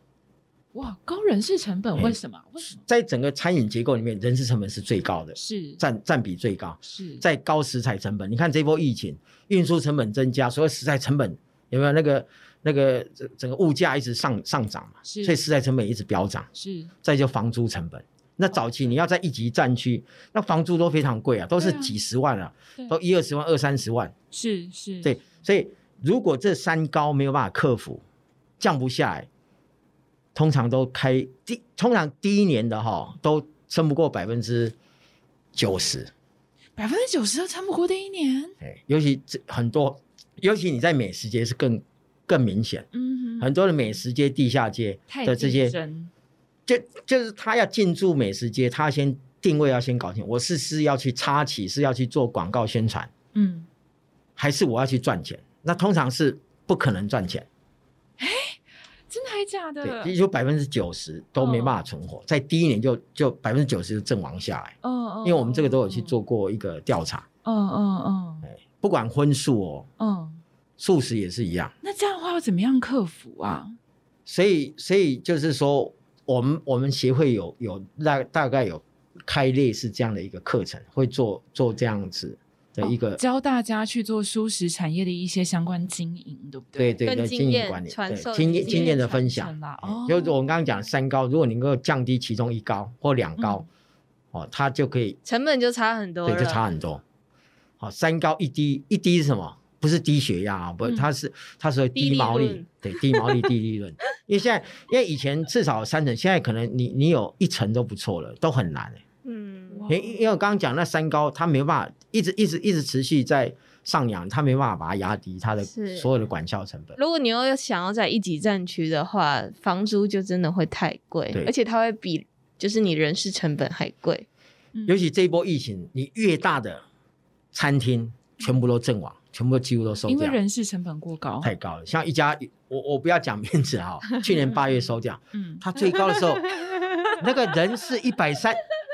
哇高人事成本
哎
为什么为什么
在整个餐饮结构里面，人事成本是最高的，
是
占占比最高，
是
在高食材成本。你看这波疫情，运输成本增加，所有食材成本有没有那个那个整整个物价一直上上涨嘛？
是
所以食材成本一直飙涨，
是
再就房租成本，那早期你要在一级战区，那房租都非常贵啊，都是
对啊嗯
几十万啊，
对
都一二十万、二三十万。
是是，
对，所以如果这三高没有办法克服，降不下来，通常都开第，通常第一年的哈都撑不过百分之九十，
百分之九十都撑不过第一年，
哎，尤其这很多，尤其你在美食街是更更明显，
嗯哼，
很多的美食街、地下街
太
的这
竞
些，
争
就就是他要进驻美食街，他先定位要先搞清楚，我是是要去插旗，是要去做广告宣传，
嗯，
还是我要去赚钱？那通常是不可能赚钱。
真的还假的？
对，也就百分之九十都没办法存活，在第一年就就百分之九十就阵亡下来，
哦哦，
因为我们这个都有去做过一个调查，
哦，哦哦哦
不管荤素哦，
哦，
素食也是一样，
那这样的话要怎么样克服啊？
所以所以就是说，我们我们协会有有大大概有开类似这样的一个课程，会做做这样子的一个。
哦教大家去做舒适产业的一些相关经营，对不对？
对对
跟
对，
经
经营
验
管理，
传授
对经验
经
经验
验
的分
传
享
承啦，
哎
哦
就是我们刚刚讲三高，如果能够降低其中一高或两高，哦，它就可以
成本就差很多
对，
了，
就差很多。好，三高一低，一低是什么？不是低血压啊，不，
嗯
它是它是
低
低
利
毛利
润，
对，低毛
[LAUGHS]
利低利润。因为现在，因为以前至少有三成，现在可能你你有一成都不错了，都很难、欸。
嗯
哇
因为因为我刚刚讲那三高，它没办法一直一直一直持续在上扬，它没办法把它压低它的
是嗯
所有的管销成本。
如果你又想要在一级战区的话，房租就真的会太贵
对，
而且它会比就是你人事成本还贵。
嗯
尤其这一波疫情，你越大的餐厅全部都阵亡，全部几乎都收
因
掉
为。人事成本过高，
太高了。像一家，我我不要讲名字哈，去年八月收掉，
嗯，
他最高的时候，那个人是一百三，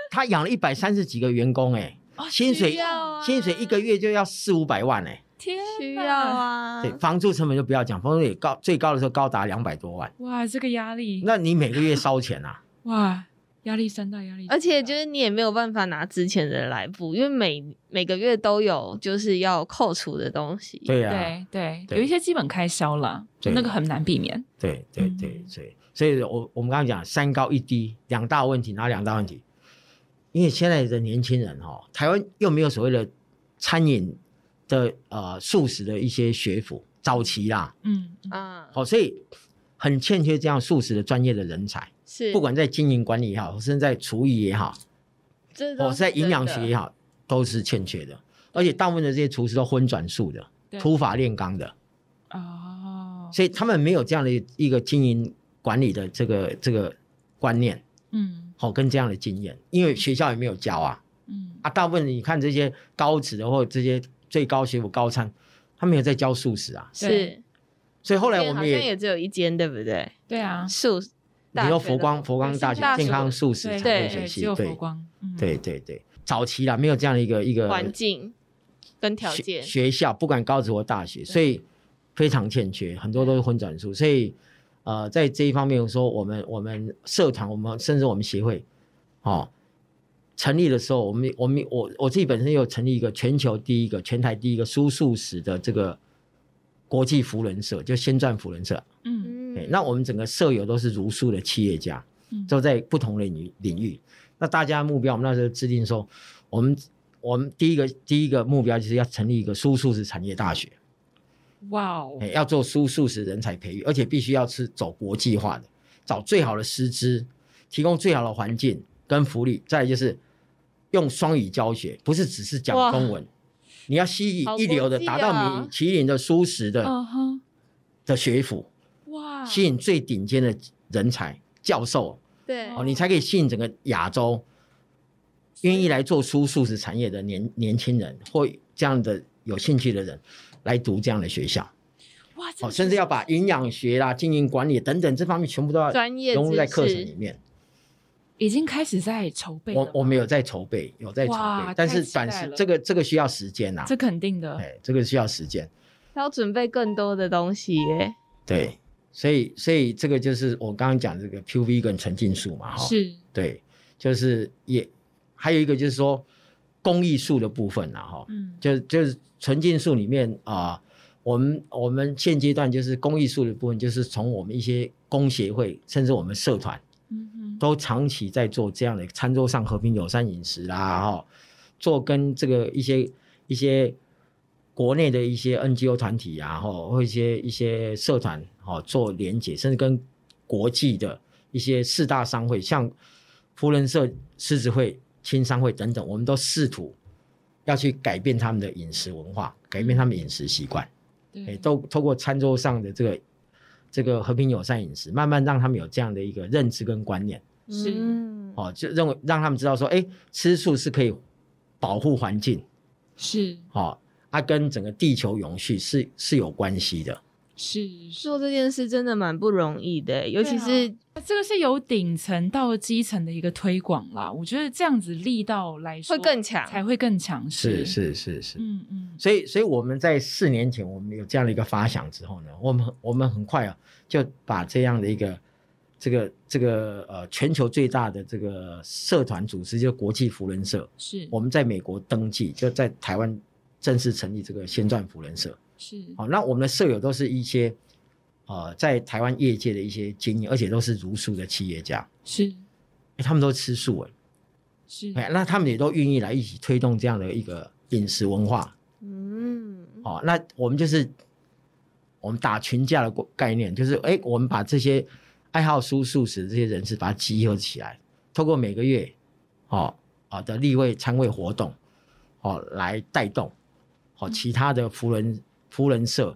他养了一百三十几个员工、欸，
哦
薪水
需要啊
薪水一个月就要四五百万、欸，
天
需
哪
要，啊，
对，房租成本就不要讲，房租也高，最高的时候高达两百多万，
哇，这个压力，
那你每个月烧钱啊？
哇，压力山大，压力山大，
而且就是你也没有办法拿之前的来补，因为每每个月都有就是要扣除的东西。
对啊，
对对，
对
有一些基本开销啦，
对
那个很难避免，
对对
嗯
对对，所以我我们刚刚讲三高一低两大问题，哪两大问题？因为现在的年轻人哈，台湾又没有所谓的餐饮的呃素食的一些学府，早期啦，
嗯，嗯
啊，
好、所以很欠缺这样素食的专业的人才，
是
不管在经营管理也好，甚至在厨艺也好，
这都
哦或是在营养学
真
也
的
好，都是欠缺的。而且大部分的这些厨师都荤转素的，
对
土法炼钢的，
哦，
所以他们没有这样的一个经营管理的这个这个观念，
嗯
好、跟这样的经验，因为学校也没有教啊
嗯，
啊，大部分你看这些高职的或者这些最高学府高餐，他没有在教素食啊，
是。
所以后来
好
我们
像
也，
也只有一间，对不对？
对啊，
素
你说佛光佛光
大
大学
学
健康素食
对
产业
对
学
对，
系，
只有
对
佛光，嗯
对对对，早期啦，没有这样的一个一个
环境跟条
学
件，
学校，不管高职或大学，所以非常欠缺，很多都是混转数，所以呃，在这一方面，我说我们我们社团，我们甚至我们协会，哦，成立的时候，我们我们我我自己本身有成立一个全球第一个、全台第一个输素食的这个国际福人社，就先赚福人社。
嗯
对
嗯，
那我们整个社友都是如数的企业家，
嗯
都在不同的领域领域。那大家的目标，我们那时候制定说，我们我们第一个第一个目标就是要成立一个输素食产业大学，
哇哦
哎，，要做输素食人才培育，而且必须要是走国际化的，找最好的师资，提供最好的环境跟福利。再来就是用双语教学，不是只是讲
哇
中文，你要吸引
好
一流的，
国际
达
啊
到米其林的素食的、
嗯哼，
的学府，
啊
哇，
吸引最顶尖的人才教授。
对
哦，你才可以吸引整个亚洲愿意来做书素食产业的年年轻人或这样的有兴趣的人来读这样的学校，
哇，这
哦，
个
甚至要把营养学啦、经营管理等等这方面全部都要
专业
融入
知
在课程
识
里面。
已经开始在筹备了
我
吧，
我们有在筹备，有在筹
哇
备，但
太
是
期
短
待
时
了
这个这个需要时间呐、
这肯定的，
哎，这个需要时间，
要准备更多的东西耶。
对，所以所以这个就是我刚刚讲这个 PV 跟沉浸术嘛，哈、
是，
对，就是也还有一个就是说公益数的部分啦，哈、
嗯，
就就是纯净素里面啊、我们我们现阶段就是公益素的部分，就是从我们一些工协会，甚至我们社团，
嗯嗯嗯
都长期在做这样的餐桌上和平友善饮食啦，哈、做跟这个一些一些国内的一些 NGO 团体啊，吼，或一些一些社团，哦，做连结，甚至跟国际的一些四大商会，像福人社、狮子会、青商会等等，我们都试图要去改变他们的饮食文化，改变他们饮食习惯。
对
诶，哎都透过餐桌上的这个这个和平友善饮食，慢慢让他们有这样的一个认知跟观念，
是
嗯
哦，就认为让他们知道说，哎，吃素是可以保护环境，
是
哦，它、跟整个地球永续是是有关系的。
是是，
做这件事真的蛮不容易的，尤
啊
其
对
是
这个是由顶层到基层的一个推广啦。我觉得这样子力道来说
会更强。
才会更强势。
是，是是是，
嗯嗯，
所以所以我们在四年前我们有这样的一个发想之后呢，我们很我们很快啊就把这样的一个。这个这个呃，全球最大的这个社团组织就是国际福伦社，
是
我们在美国登记，就在台湾正式成立这个先赚福人社。
是
哦好、那我们的舍友都是一些呃在台湾业界的一些精英，而且都是如素的企业家，
是
诶他们都吃素诶
是，
哎，那他们也都愿意来一起推动这样的一个饮食文化。
嗯，
好、哦那我们就是我们打群架的概念，就是哎，我们把这些爱好蔬素食的这些人士把它集合起来，透过每个月哦啊的立位参会活动哦来带动哦其他的福人福人社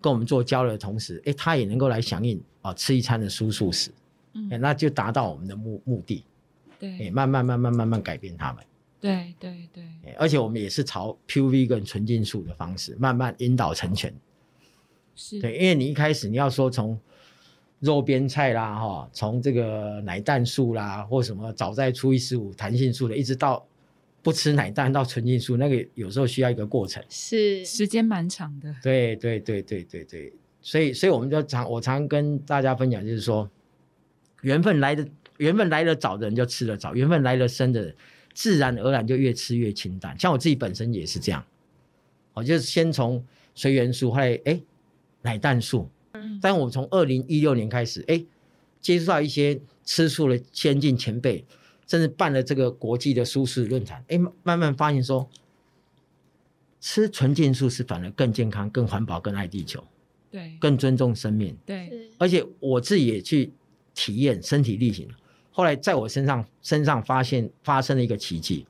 跟我们做交流的同时，哎，他也能够来响应啊、吃一餐的蔬素食，
嗯
哎，那就达到我们的目目的，哎，
对
慢慢慢慢慢慢改变他们。
对对对，
哎而且我们也是朝 PUV 跟纯净素的方式慢慢引导成全。
是
对，因为你一开始你要说从肉边菜啦，哈，从这个奶蛋素啦，或什么早在初一十五弹性素的，一直到不吃奶蛋到纯净素，那个有时候需要一个过程。
是
时间蛮长的。
对对对对对对，所以所以我们就常我常跟大家分享，就是说缘分来的缘分来的早的人就吃得早，缘分来的深的人，自然而然就越吃越清淡。像我自己本身也是这样，我就是先从随缘素，后来哎奶蛋素，
嗯
但我从二零一六年开始，哎接触到一些吃素的先进前辈，甚至办了这个国际的素食论坛，哎慢慢发现说。吃纯净素是反而更健康、更环保、更爱地球、
对
更尊重生命。
对
而且我自己也去体验身体力行，后来在我身上身上发现发生了一个奇迹，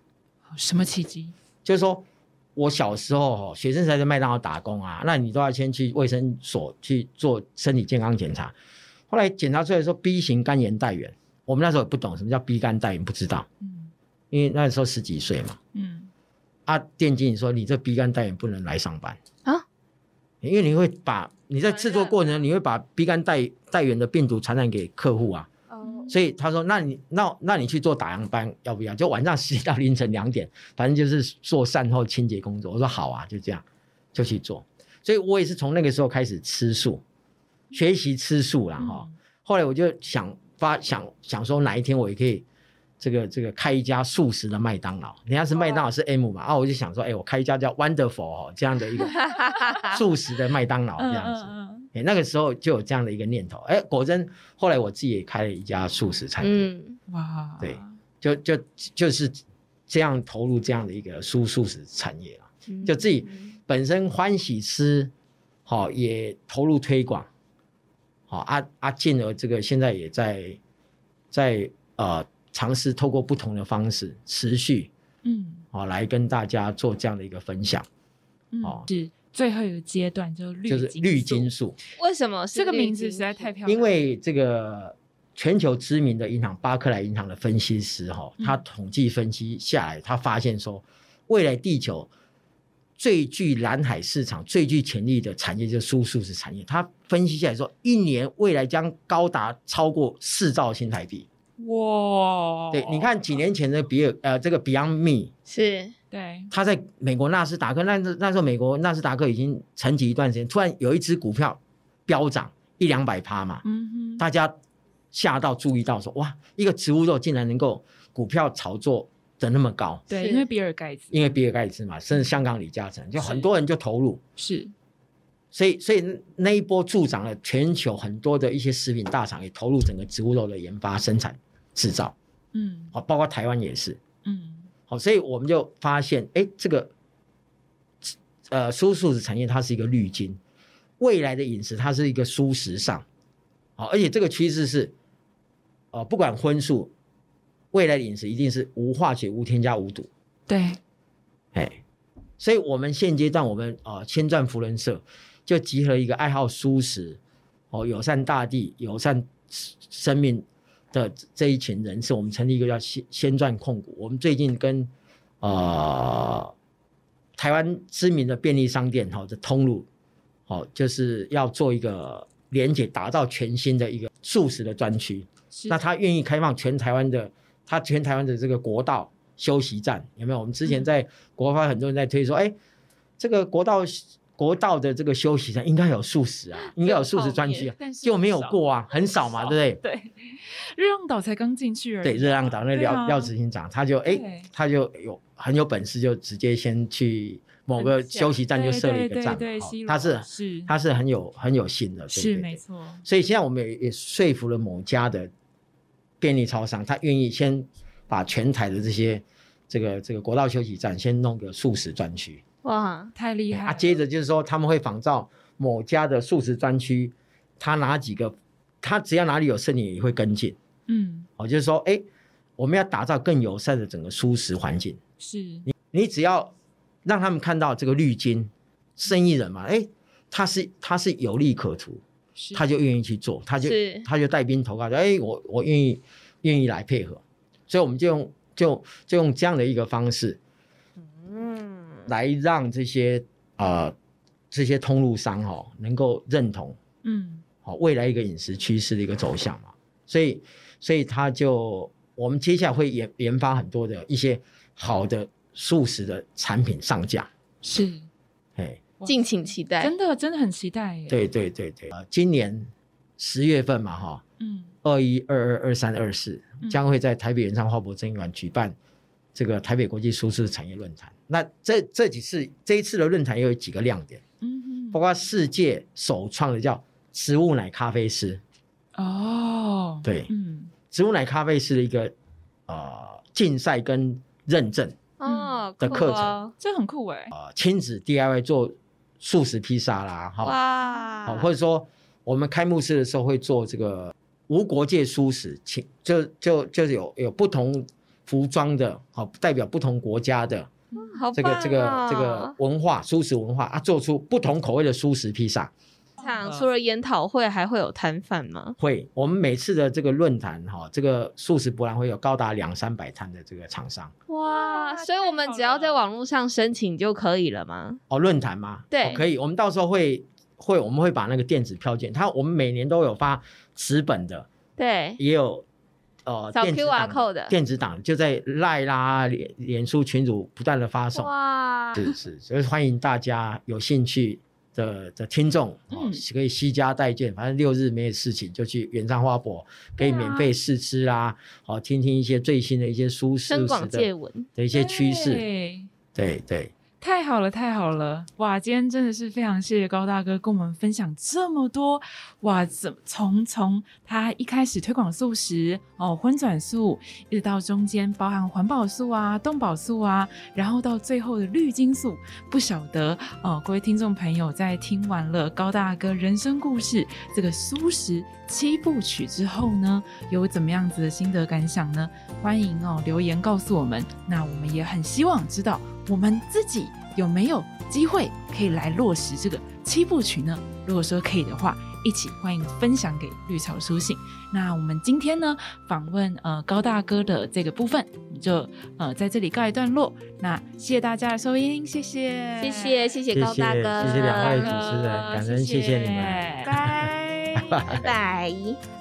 什么奇迹？
就是说我小时候哦，学生时代在麦当劳打工啊，那你都要先去卫生所去做身体健康检查，后来检查出来说 B 型肝炎带源，我们那时候也不懂什么叫 B 肝带源，不知道，
嗯
因为那时候十几岁嘛。
嗯，
啊，电竞说你这 B 肝带源不能来上班
啊，
因为你会把你在制作过程中，你会把 B 肝带带源的病毒传染给客户啊，
哦
所以他说那你那那你去做打烊班要不要？就晚上十点到凌晨两点，反正就是做善后清洁工作。我说好啊，就这样就去做。所以我也是从那个时候开始吃素，学习吃素啦哈、
嗯
后来我就想发想想说哪一天我也可以这个这个开一家素食的麦当劳，人家是麦当
哦
劳是 M 嘛，啊我就想说，哎，我开一家叫 Wonderful 哦这样的一
[LAUGHS]
个素食的麦当劳这样子。
嗯
哎，那个时候就有这样的一个念头，哎，果真后来我自己也开了一家素食餐
[LAUGHS]
厅，
嗯，
嗯，哇，
对就就就是这样投入这样的一个素素食产业啊，
嗯
就自己本身欢喜吃，好、也投入推广，好、啊啊，进而这个现在也在在呃尝试透过不同的方式持续
嗯
哦来跟大家做这样的一个分享，
嗯
哦
是最后一个阶段，就是绿
就是
金
绿
素
金素，
为什么是
这个
绿
名字
金
实在
树
太漂亮了，
因为这个全球知名的银行巴克莱银行的分析师哈、
嗯
他统计分析下来，他发现说，未来地球最具蓝海市场、最具潜力的产业就是输素食产业。他分析下来说，一年未来将高达超过四兆新台币。
哇，
对，你看几年前的比尔呃这个 Beyond Me，
是
对
他在美国纳斯达克，那那时候美国纳斯达克已经沉寂一段时间，突然有一只股票飙涨一两百趴嘛，
嗯哼，
大家吓到注意到说，哇，一个植物肉竟然能够股票炒作的那么高，
对，
是
因为比尔盖茨
因为比尔盖茨嘛，甚至香港李嘉诚，就很多人就投入，
是
所以所以那一波助长了全球很多的一些食品大厂也投入整个植物肉的研发生产制造，啊
嗯
好，包括台湾也是，
嗯
好，所以我们就发现，哎，这个呃蔬素食产业它是一个滤镜，未来的饮食它是一个蔬食上，好，而且这个趋势是，呃，不管荤素，未来的饮食一定是无化学、无添加、无毒，
对，
哎，所以我们现阶段我们呃千转福人社就集合一个爱好蔬食，哦，友善大地、友善生命的这一群人士，我们成立一个叫先先转控股。我们最近跟呃台湾知名的便利商店好的通路，好、就是要做一个连接，打造全新的一个素食的专区。
是
那他愿意开放全台湾的，他全台湾的这个国道休息站有没有？我们
嗯
之前在国发很多人在推说，哎、这个国道国道的这个休息站应该有素食啊，应该有素食专区啊，
但是
就没有
很少
过啊，很少嘛，对不对？
对，热浪岛才刚进去而已。
对，热浪岛那
对
廖、
啊
廖执行长他就哎、
对
他就有很有本事，就直接先去某个休息站就设了一个站嘛，
对对对对
好
西罗
他是
是
他是很有很有心的，对不对
是没错，
所以现在我们也也说服了某家的便利超商，他愿意先把全台的这些这个这个国道休息站先弄个素食专区，
哇，
太厉害
啊，
了。
接着就是说他们会仿照某家的素食专区，他哪几个，他只要哪里有剩也会跟进，
嗯，
哦，就是说，哎，我们要打造更友善的整个素食环境，
是
你只要让他们看到这个绿金生意人嘛，哎，他是他是有利可图，
是，
他就愿意去做，他就是他就带兵投靠，说哎，我我愿意愿意来配合，所以我们就用就就用这样的一个方式
嗯，
来让这些呃这些通路商哦能够认同
嗯
哦未来一个饮食趋势的一个走向嘛，所以所以他就我们接下来会研研发很多的一些好的素食的产品上架，
是，
哎，
敬请期待
真。的真的很期待耶。，
对对对对，呃，今年十月份嘛哈、
嗯
二一、二二、二三、二四
嗯
将会在台北原创花博争议馆举办这个台北国际舒适产业论坛。那这这几次这一次的论坛也有几个亮点，
嗯
包
哼，
括世界首创的叫植物奶咖啡师，
哦，
对
嗯
植物奶咖啡师的一个呃竞赛跟认证，
嗯
哦，
的
酷
课
哦，
这很酷哎。
呃亲子 DIY 做素食披萨啦，哈、
哇，
好哦或者说我们开幕式的时候会做这个无国界素食，请就就就是有有不同服装的，好、代表不同国家的。
嗯
好
这个这
棒
个
哦
这个文化素食文化啊，做出不同口味的素食披萨。
场除了研讨会，还会有摊贩吗？
会，我们每次的这个论坛哈、这个素食博览会有高达两三百摊的这个厂商
哇，
哇
所以我们只要在网络上申请就可以了吗？
哦，论坛吗？
对
哦可以，我们到时候会会我们会把那个电子票券，它我们每年都有发纸本的，
对，
也有。呃，
扫
电子
QR
档
code 的
电子档就在赖啦、脸脸书群组不断的发送，
哇，
是是，所以欢迎大家有兴趣的的听众哦
嗯，
可以惜家带眷，反正六日没有事情就去原山花博，可以
对啊
免费试吃啊，哦，听听一些最新的一些舒适
深广见
的
闻，
的一些趋势，
对
对对，
太好了，太好了！哇，今天真的是非常谢谢高大哥跟我们分享这么多哇，怎从从他一开始推广素食哦，荤转素，一直到中间包含环保素啊、动保素啊，然后到最后的绿金素。不晓得哦，各位听众朋友在听完了高大哥人生故事这个素食七部曲之后呢，有怎么样子的心得感想呢？欢迎哦留言告诉我们。那我们也很希望知道我们自己有没有机会可以来落实这个七部曲呢？如果说可以的话，一起欢迎分享给绿草书信。那我们今天呢访问呃高大哥的这个部分，我们就呃在这里告一段落。那谢谢大家的收听，谢谢，
谢谢谢谢
谢
高大
谢
哥，
谢谢两位主持人感恩谢谢你们
拜拜。
拜拜。